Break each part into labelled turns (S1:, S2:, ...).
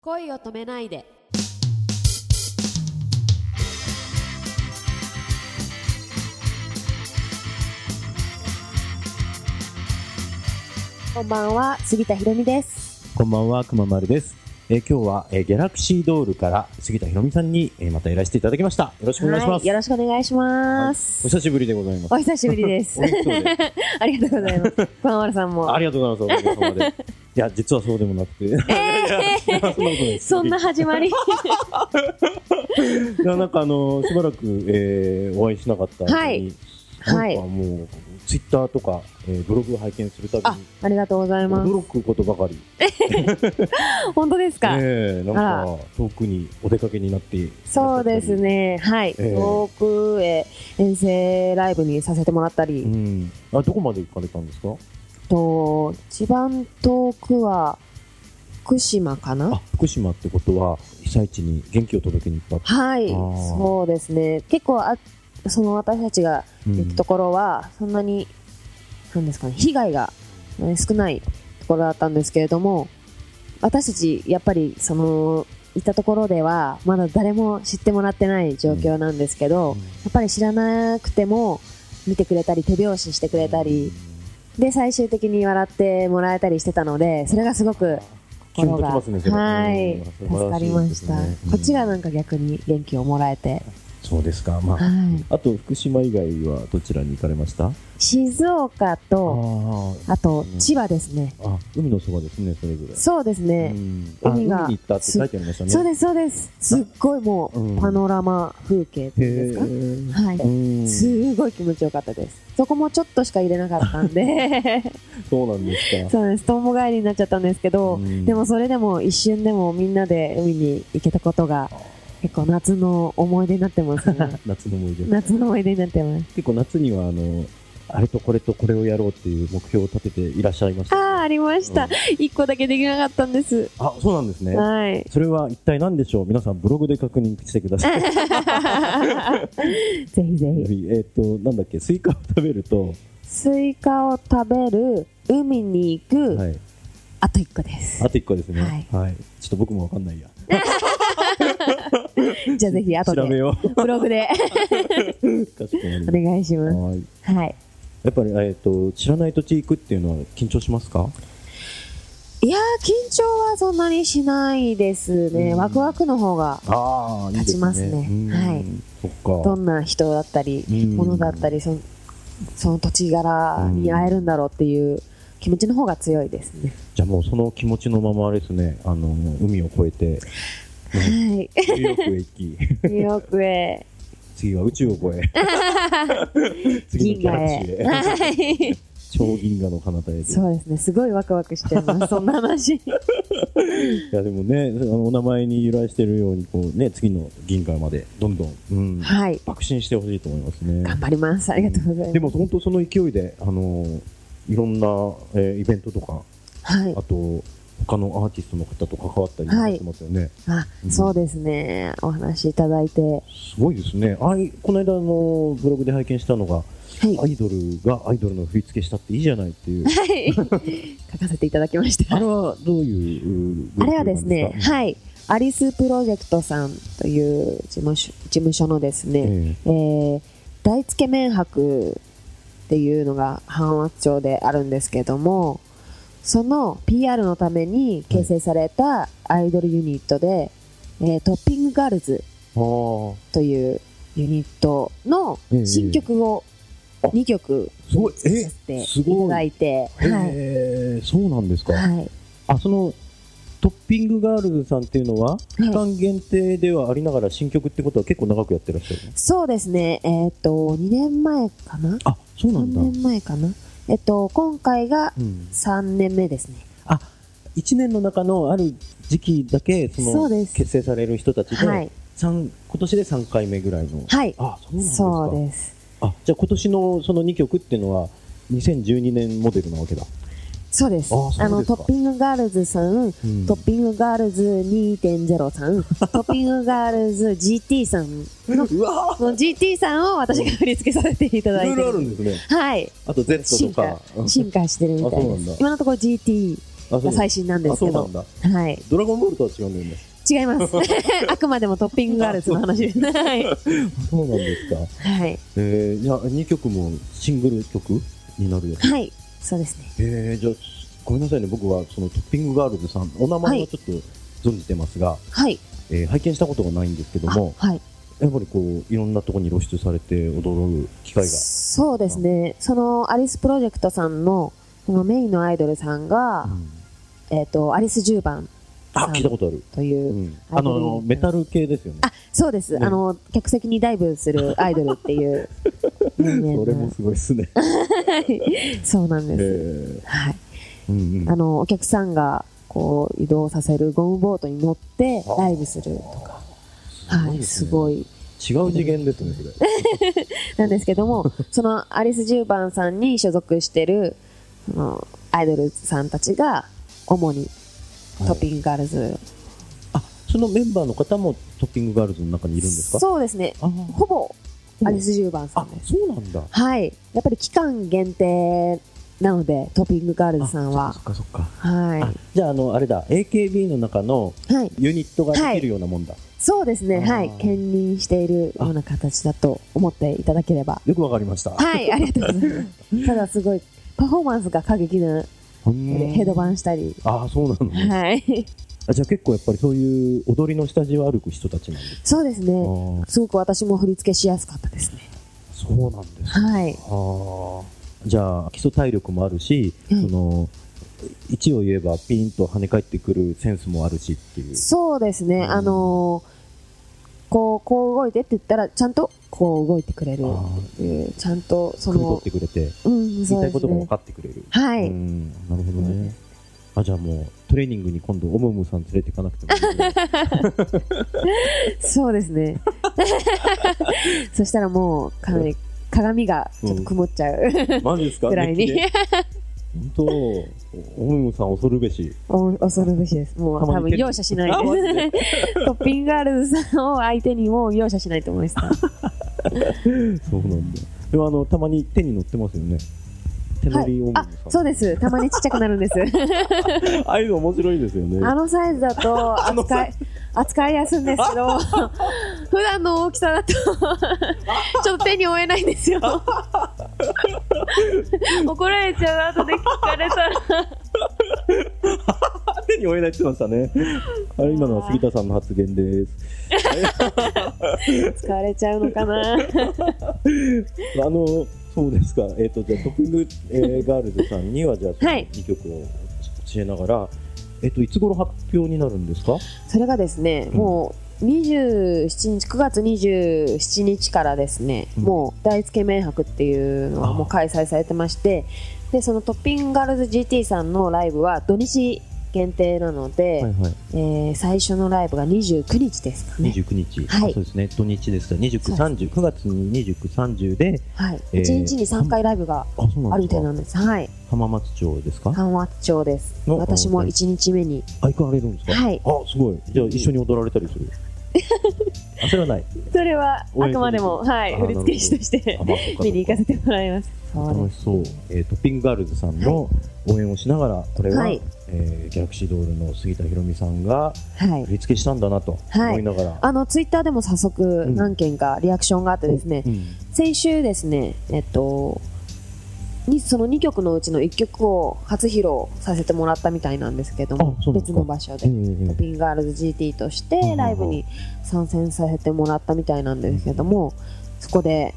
S1: 恋を止めないで
S2: こんばんは、杉田ひろみです。
S3: こんばんは、くままるです。えー今日は、えーギャラクシードールから杉田ひろみさんに、えーまたいらしていただきました。よろしくお願いしま
S2: は
S3: す。
S2: よろしくお願いします。
S3: お久しぶりでございます。
S2: お久しぶりです。
S3: お元気そうで
S2: ありがとうございます。パンワルさんも
S3: あ。りがとうございます。おかげさまで。いや、実はそうでもなくて。いやいやそんなことないで す
S2: そんな始 まり。
S3: いや、なんかあのーしばらく、えーお会いしなかったのに、
S2: はい
S3: な
S2: は
S3: ん
S2: い
S3: か。もう、ツイッターとか、えーブログを拝見するたびに、
S2: ありがとうございます。
S3: 驚くことばかり。
S2: 本当ですか、
S3: えー、なん
S2: あ
S3: か、遠くにお出かけになっていらっしゃった
S2: そう
S3: り
S2: です。ね。はい。
S3: ええ
S2: 遠くへ遠征ライブにさせてもらったり、
S3: うん。あ、どこまで行かれたんですか
S2: と、一番遠くは、福島かな
S3: あ福島ってことは被災地に元気を届けに行った、
S2: はい。
S3: あー
S2: そうですね。結構あ、その私たちが
S3: うん
S2: 行くところは、そんなに、なんですかね、被害がね少ないところだったんですけれども、私たち、やっぱり、その、行ったところでは、まだ誰も知ってもらってない状況なんですけど、
S3: うん
S2: やっぱり知らなくても、見てくれたり、手拍子してくれたり、で、最終的に笑ってもらえたりしてたので、それがすごく
S3: キュン
S2: 心
S3: とき
S2: が、
S3: ますねそれ
S2: はい
S3: うん、素
S2: 助か
S3: 晴
S2: ら
S3: し
S2: り
S3: い
S2: ま
S3: で
S2: し
S3: す
S2: た。
S3: ねうん
S2: こっちがなんか逆に元気をもらえて、
S3: そうですかまあ
S2: はい。
S3: あと福島以外はどちらに行かれましたあ
S2: 静岡
S3: あ
S2: と、あと
S3: う、ん
S2: 千葉ですね。
S3: あ海のそばですねそれぞれ
S2: そうですね。
S3: んあ
S2: 海
S3: 海に
S2: が
S3: 行ったって書いてありましたね
S2: そうです、そうです。すっごいも
S3: う
S2: う、
S3: ん
S2: パノラマ風景っていうんですか。
S3: へえ
S2: は
S3: うん
S2: い。すごい気持ちよかったです。そこもちょっとしか入れなかったんで、
S3: そうなんですか
S2: そうです。友帰りになっちゃったんですけど、
S3: うん。
S2: でもそれでも一瞬でもみんなで海に行けたことが、結構夏の思い出になってますね
S3: 夏の思い出
S2: 夏の思い出になってます。
S3: 結構夏にはあのあれとこれとこれをやろうっていう目標を立てていらっしゃいました
S2: ああ、ありました
S3: うん。
S2: 一個だけできなかったんです。
S3: あそうなんですね
S2: はい。
S3: それは一体何でしょう皆さんブログで確認してく ださい。
S2: ぜひぜひ。
S3: えっと、なんだっけ、スイカを食べると、
S2: スイカを食べる、海に行く、
S3: はい、
S2: あと一個です。
S3: あと一個ですね、
S2: は
S3: はい。ちょっと僕もわかんないや。
S2: じゃあぜひ後
S3: 調べ
S2: で、
S3: よ
S2: ブログ で
S3: う。かしこま
S2: お
S3: りまし
S2: 願いしたます。
S3: はい。
S2: はい。
S3: やっぱり、えっと、知らない土地行くっていうのは緊張しますか
S2: いやー、緊張はそんなにしないですね。
S3: うん
S2: ワクワクの方が、
S3: ああ、いいですね。
S2: 立ちますね
S3: うん
S2: はい。
S3: そっ
S2: ど
S3: か。
S2: んな人だったり、
S3: うん
S2: ものだったり、そのその土地柄に会えるんだろうっていう気持ちの方が強いですね。
S3: じゃあもうその気持ちのままあれですね、あの、海を越えて、
S2: はい。
S3: ニューヨークへ行き、
S2: ニューヨークへ、
S3: 次は宇宙を越 え、次
S2: 銀
S3: のギャ
S2: 河
S3: ラクシー
S2: へ。
S3: へ、
S2: はい。
S3: 超銀河の彼方へと。
S2: そうですね。すごいワクワクしてます。そんな話。
S3: いやでもね、あのお名前に由来してるように、こうね、次の銀河までどんどん、うん、
S2: はい。
S3: 爆心してほしいと思いますね。
S2: 頑張ります。ありがとうございます。
S3: でも本当その勢いで、あのーいろんな、えーイベントとか、
S2: はい
S3: あ。と、他のアーティストの方と関わったり
S2: はい
S3: してますよね。
S2: あ
S3: う、ん
S2: そうですね。お話しいただいて。は
S3: すごいですね。あいこの間のブログで拝見したのが、
S2: い。
S3: アイドルがアイドルの振り付けしたっていいじゃないっていう。
S2: はい。 書かせていただきました。
S3: あれ
S2: あ
S3: はどういうグループ
S2: れはです
S3: なん
S2: ね、
S3: か
S2: はい。アリスプロジェクトさんという事務所事務所のですね、
S3: え
S2: えー大つけ麺博っていうのが半圧町であるんですけども、その PR のために形成されたアイドルユニットで、えートッピングガールズ
S3: えああ、
S2: というユニットの新曲を
S3: ええ
S2: 2曲
S3: すごい、
S2: さ
S3: え
S2: せていただいて、はい。
S3: えー、そうなんですか。
S2: はい。
S3: あそのトッピングガールズさんっていうのは、期
S2: は
S3: 間限定ではありながら新曲ってことは結構長くやってらっしゃるの
S2: そうですね、えーっ、と、2年前かな
S3: あそうな
S2: ?3
S3: んだ、
S2: 年前かなえっと、今回が
S3: うん、
S2: 3年目ですね。
S3: 1年の中のある時期だけその
S2: そうです
S3: 結成される人たちで、
S2: はい。
S3: 三今年で3回目ぐらいの、
S2: はい。
S3: あそうなんですか
S2: そうです。
S3: あじゃあ今年のその2曲っていうのは2012年モデルなわけだ、
S2: そうです。
S3: あそうですか
S2: あの、トッピングガールズさん、
S3: うん
S2: トッピングガールズ2.0さ ん、トッピングガールズ GT さんの、
S3: うわ
S2: の GT さんを私が振り付けさせていた
S3: ー
S2: だ
S3: い
S2: い
S3: ろ
S2: て
S3: いろあるんですね
S2: はい。
S3: あと Z と
S2: 進
S3: か
S2: 化、進化してるみたい
S3: あそう
S2: で
S3: なんだ
S2: す。今のところ GT
S3: あそ
S2: が
S3: うな
S2: 最
S3: ん
S2: 新なんで
S3: あ
S2: すけ
S3: そうな
S2: ど
S3: ん。だ
S2: はい。
S3: ドラゴンボールとは違うんだよね
S2: 違い ます。あくまでもトッピングガールズの話です。はい。
S3: そうなんですか
S2: はい。
S3: えー、じゃあ2曲もシングル曲になるよ
S2: はい。そうですね。
S3: えー、じゃあごめんなさいね僕はそのトッピングガールズさんお名前はちょっと存じてますが、
S2: はい。
S3: えー拝見したことがないんですけど
S2: あ
S3: も
S2: はい。
S3: やっぱりこういろんなところに露出されて踊る機会が
S2: そうですね。そのアリスプロジェクトさんの、そのメインのアイドルさんが、
S3: うん
S2: えっ、と、アリス10番
S3: あ聞いたことある、
S2: というう、
S3: ん、あのあのメタル系ですよね
S2: あそうです。
S3: ね
S2: あの、客席にダイブするアイドルって いう。面
S3: そ
S2: 々
S3: れも
S2: の
S3: すごいですね、
S2: そうなんで
S3: え
S2: す。
S3: ー
S2: はい。
S3: うんうん、
S2: あの、お客さんが、こう、移動させるゴムボートに乗って
S3: あ、
S2: ダイブする。
S3: あ
S2: はい。すご
S3: い
S2: い。
S3: ですね違う次元ですねそれ
S2: なんですけど も、そのアリス10番さんに所属してる、そのアイドルさんたちが、主にトッピングガールズ。
S3: あそのメンバーの方もトッピングガールズの中にいるんですか
S2: そうですね。
S3: あ
S2: ほぼ、
S3: ぼ
S2: アリス10番さ
S3: あ
S2: んです。
S3: そうなんだ
S2: はい。やっぱり期間限定なので、トッピングガールズさんは
S3: そ。っかそっか
S2: は
S3: あじゃああのあれだ AKB の中の
S2: い。はい。
S3: ユニットができるようなもんだ、
S2: そうですね。
S3: あー
S2: はい。兼任しているような形だと思っていただければ。
S3: よくわかりました、
S2: はい。ありがとうござい ます。ただすごい、パフォーマンスが過激なの
S3: う
S2: で、
S3: ん
S2: ヘドバンしたり。
S3: ああそうなの、
S2: はい。
S3: あじゃあ結構やっぱりそういう踊りの下地を歩く人たちなんです
S2: そうです
S3: あ
S2: ね。
S3: ー
S2: すごく私も振り付けしやすかったですね。
S3: そうなんです
S2: はい。
S3: あじゃあ基礎体力もあるし、
S2: はい
S3: その一を言えばピンと跳ね返ってくるセンスもあるしっていう
S2: そうですね。
S3: ん
S2: あのーこう、こう動いてって言ったら、ちゃんとこう動いてくれる
S3: あ。ー
S2: えーちゃんと、そ
S3: 汲み取
S2: の
S3: っ、てくれて
S2: うん、
S3: 言
S2: そ
S3: いうた
S2: で
S3: いこ
S2: す
S3: とも分
S2: ね。
S3: かってくれる、
S2: は
S3: う
S2: い。
S3: んなるほど
S2: そうで
S3: ねあじゃあもうトレーニングに今度オムムさん連れていかなくてもいいね
S2: そうですね。 そしたらもう、かなり鏡がちょっと曇っちゃう
S3: マジですか
S2: ぐらいに、
S3: 熱気で本当オムムさん恐るべし
S2: お恐るべしです。もう多分容赦しない
S3: あマジ
S2: で。
S3: です
S2: トッピングガールズさんを相手にもう容赦しないと思いました。
S3: そうなんだでもあのたまに手に乗ってますよね手乗りオムムさ
S2: あ
S3: ん、、
S2: そうです。たまにちっちゃくなるん です。
S3: ああいうの面白いですよね
S2: あのサイズだと
S3: の
S2: 扱
S3: サイ
S2: い、扱いやすいんですけ ど、普段の大きさ だと、ちょっと手に負えないん ですよ。怒られちゃう、後で聞かれ たら。
S3: 手に負えないって言ってましたね。あれ、今のは杉田さんの発言です。
S2: 使われちゃうのかな。
S3: あの、そうですか。えっ、と、じゃあ、トッピング、えーガールズさんには、じゃあ、その
S2: はい
S3: 2曲を教えながら、えっ、と、いつ頃発表になるんですか
S2: それがですね、
S3: うん
S2: もう27日、9月27日からですね、
S3: うん
S2: もう大つけ麺博っていうのはもう開催されてまして、で、そのトッピングガールズ GT さんのライブは土日限定なので、
S3: はいはい。
S2: えー最初のライブが29日ですかね。
S3: 29日。
S2: はい
S3: あそうですね。土日ですから、29、
S2: そ
S3: 30、9月に29、30で、
S2: はい。
S3: えー
S2: 1日に3回ライブが
S3: あ、そう
S2: あ
S3: なん
S2: る
S3: で
S2: みたい
S3: すか。
S2: なんです。はい。
S3: 浜松町ですか
S2: 緩和町です。
S3: の
S2: 私も
S3: うん
S2: 1日目に。
S3: あ、行かれるんですか
S2: はい。
S3: あ、すごい。じゃあ、一緒に踊られたり するあ、それはない。
S2: それは
S3: 応
S2: あ
S3: 援する
S2: くまでも、は
S3: あ
S2: い、
S3: ー
S2: 振り付け師として
S3: あ、まあ、そっかそっか
S2: 見に行かせてもらいます。そうで
S3: 楽
S2: す。
S3: しそう、えートッピングガールズさんの応援をしながら、これは、
S2: はい
S3: えーギャラクシードールの杉田ひろみさんが
S2: はい
S3: 振。り付けしたんだなと
S2: はい
S3: 思いながら、
S2: あのツイッターでも早速
S3: ん
S2: 何件かリアクションがあってですね、
S3: うん
S2: 先週ですね、えっと、にその2曲のうちの1曲を初披露させてもらったみたいなんですけども
S3: あそうなんです
S2: 別
S3: か
S2: の場所
S3: え
S2: で、
S3: ー
S2: ピンガールズ GT とし
S3: うんうんう
S2: て
S3: ん
S2: ライブに参戦させてもらったみたいなんですけども、そこで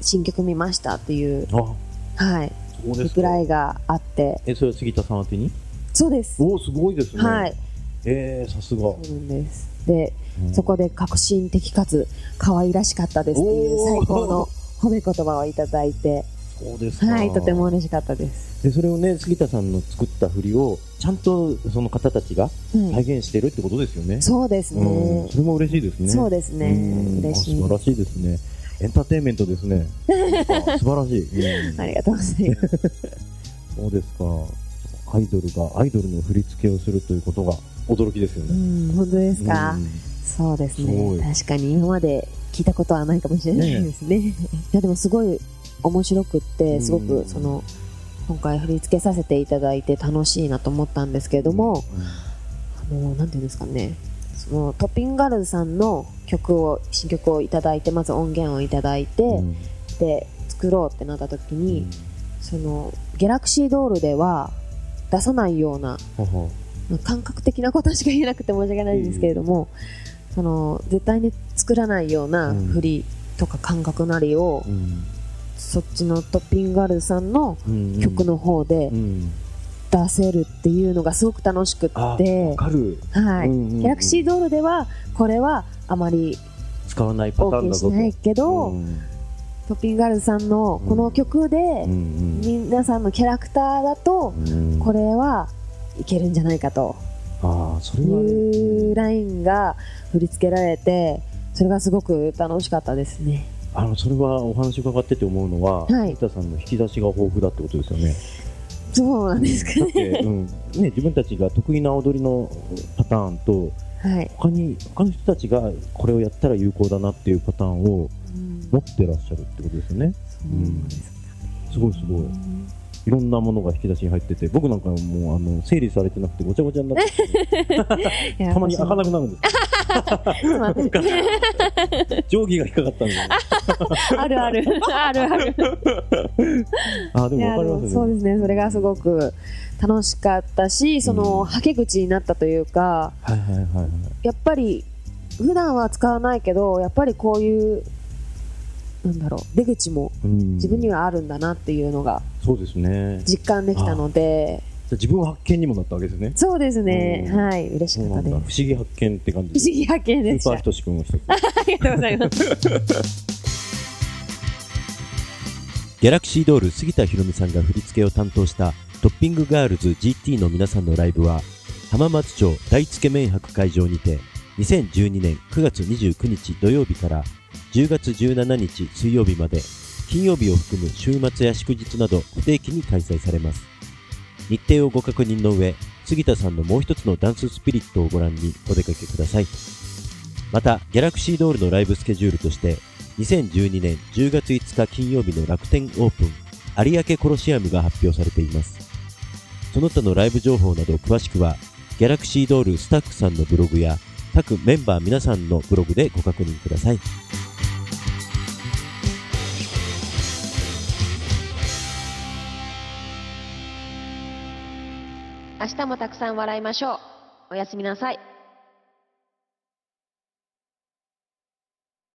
S2: 新曲見ましたっていう、
S3: あ
S2: はい、
S3: そうで
S2: リ
S3: す
S2: プ
S3: か
S2: ライがあって
S3: えそれは杉田さん宛てに
S2: そうです、
S3: おおすごいですね、
S2: はい、
S3: えー、さすが、
S2: そうなんですで
S3: うん
S2: そこで革新的かつ可愛らしかったですっていう
S3: おー
S2: 最高の褒め言葉をいただいて、
S3: そうですか
S2: はい、とても嬉しかったです。
S3: でそれをね杉田さんの作った振りをちゃんとその方たちが
S2: は
S3: 体
S2: い、
S3: 現してるってことですよね、
S2: そうです
S3: うん
S2: ね
S3: そ。れも嬉しいですね
S2: そうですね
S3: うん。
S2: 嬉しい
S3: あ素晴。らしいですね。エンターテインメントです ね。あ素晴らしい。うん
S2: ありがとうございます。
S3: そうですか。アイドルがアイドルの振り付けをするということが驚きですよ
S2: う
S3: ね。
S2: ん、本当ですか
S3: う。ん
S2: そうです
S3: すごい
S2: ね。確かに今まで聞いたことはないかもしれないですね。いや、でもすごい面白くって、すご
S3: うん
S2: くその、今回振り付けさせていただいて楽しいなと思ったんですけれども、あのなんていうんですかねそのトッピングガールズさんの曲を新曲をいただいてまず音源をいただいて、
S3: うん、うん
S2: で作ろうってなった時に、そのギャラクシードールでは出さないような
S3: ほうほ
S2: まあ感覚的なことしか言えなくて申し訳ないんですけれども、その絶対に作らないような
S3: うん
S2: 振りとか感覚なりを、
S3: ううん
S2: そっちのトッピングガールズさんの
S3: うん
S2: 曲の方で
S3: うん
S2: 出せるっていうのがすごく楽しくって、
S3: あわかる
S2: はい
S3: うんうんうん
S2: ギャラクシードールではこれはあまり
S3: 使わないパターン
S2: OK
S3: だ
S2: し
S3: ぞと
S2: ないけど、
S3: うん
S2: トッピングガールズさんのこの曲で、
S3: うん
S2: 皆さんのキャラクターだと
S3: うん
S2: これはいけるんじゃないかと
S3: ああそれ
S2: い
S3: は
S2: うラインが振り付けられてそれがすごく楽しかったですね
S3: あのそれはお話伺ってて思うのは、
S2: はい
S3: 藤田さんの引き出しが豊富だってことですよね。
S2: そうなんですか
S3: だって、うん、ね自分たちが得意な踊りのパターンと
S2: はい、
S3: 他に他の人たちがこれをやったら有効だなっていうパターンを
S2: うん
S3: 持ってらっしゃるってことですよね。
S2: そうです
S3: すごいすごい。いろんなものが引き出しに入ってて、僕なんかもうあの整理されてなくてごちゃごちゃになってて、
S2: いや
S3: たまに
S2: 私も
S3: 開かなくなるんですけ
S2: ちょっと待って
S3: ど、定規が引っかかったんで。
S2: あるあるあるある
S3: あー、で
S2: い
S3: も
S2: や
S3: わかりますよね。
S2: そうですねそれがすごく楽しかったしその
S3: うん
S2: はけ口になったというか
S3: はいはいはいはい。
S2: やっぱり普段は使わないけどやっぱりこういうなんだろう出口も
S3: うん
S2: 自分にはあるんだなっていうのが
S3: そうですね。じゃ
S2: 実感できたので、
S3: あ自分発見にもなったわけですね。
S2: そうですね、
S3: うん
S2: はい、嬉し
S3: そう
S2: かっ
S3: な
S2: た
S3: んだ。
S2: で
S3: 不
S2: す
S3: 思。議発見って感じ
S2: 不思議発見でし
S3: ス
S2: た。
S3: ーパーひとし君を一つ。
S2: ありがとうございます。
S3: ギャラクシードール杉田ひろみさんが振り付けを担当したトッピングガールズ GT の皆さんのライブは浜松町大つけ麺博会場にて2012年9月29日土曜日から10月17日水曜日まで金曜日を含む週末や祝日など不定期に開催されます日程をご確認の上杉田さんのもう一つのダンススピリットをご覧にお出かけくださいまたギャラクシードールのライブスケジュールとして2012年10月5日金曜日の楽天オープン有明コロシアムが発表されていますその他のライブ情報など詳しくはギャラクシードールスタッフさんのブログや各メンバー皆さんのブログでご確認ください
S2: 明日もたくさん笑いましょう。おやすみなさい。